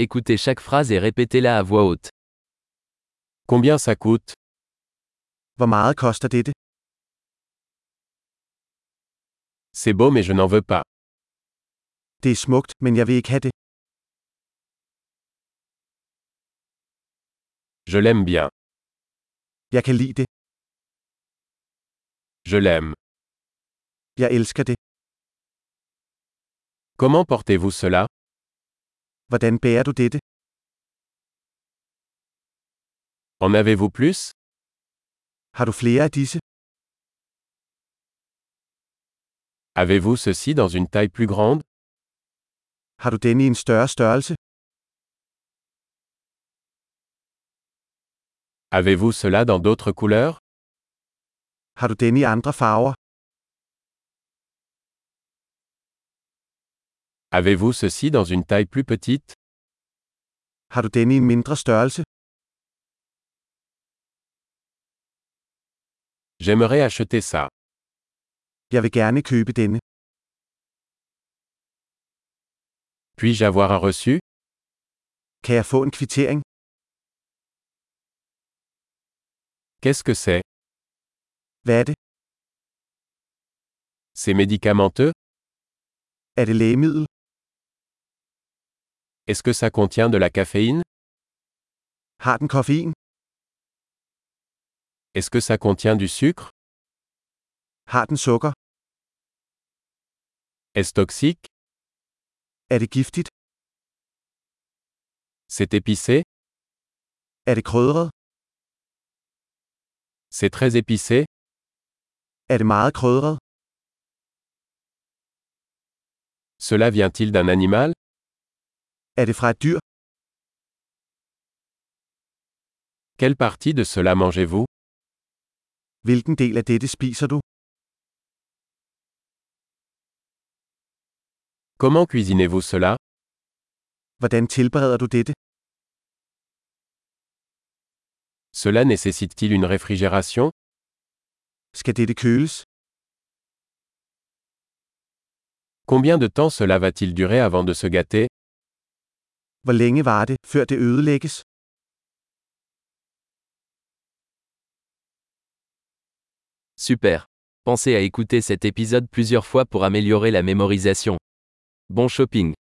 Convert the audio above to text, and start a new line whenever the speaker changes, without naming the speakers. Écoutez chaque phrase et répétez-la à voix haute.
Combien ça coûte
Hvor meget koster dette?
C'est beau mais je n'en veux pas.
Det er smukt, men jeg vil ikke have det.
Je l'aime bien.
Jeg kan lide det.
Je l'aime.
Jeg elsker det.
Comment portez-vous cela
Hvordan bærer du dette?
En avez-vous plus
Har du flere af disse?
Avez-vous ceci dans une taille plus grande
Har du denne i en større størrelse?
Avez-vous cela dans d'autres couleurs
Har du denne i andre farver?
Avez-vous ceci dans une taille plus petite
Har du denne i en mindre størrelse?
J'aimerais acheter ça.
Jeg vil gerne købe denne.
Puis-je avoir un reçu
Kan jeg få en kvittering?
Qu'est-ce que c'est
Hvad er det?
C'est médicamenteux
Er det lægemiddel?
Est-ce que ça contient de la caféine
Har den koffein?
Est-ce que ça contient du sucre
Har den sukker?
Est-ce toxique
Er det giftigt?
C'est épicé
Er det krydret?
C'est très épicé
Er det meget krydret?
Cela vient-il d'un animal
Er det fra et dyr?
Quelle partie de cela mangez-vous
Hvilken del af dette spiser du?
Comment cuisinez-vous cela
Hvordan tilbereder du dette?
Cela nécessite-t-il une réfrigération
Skal dette køles?
Combien de temps cela va-t-il durer avant de se gâter
Hvor længe var det, før det ødelægges?
Super. Pensez à écouter cet épisode plusieurs fois pour améliorer la mémorisation. Bon shopping.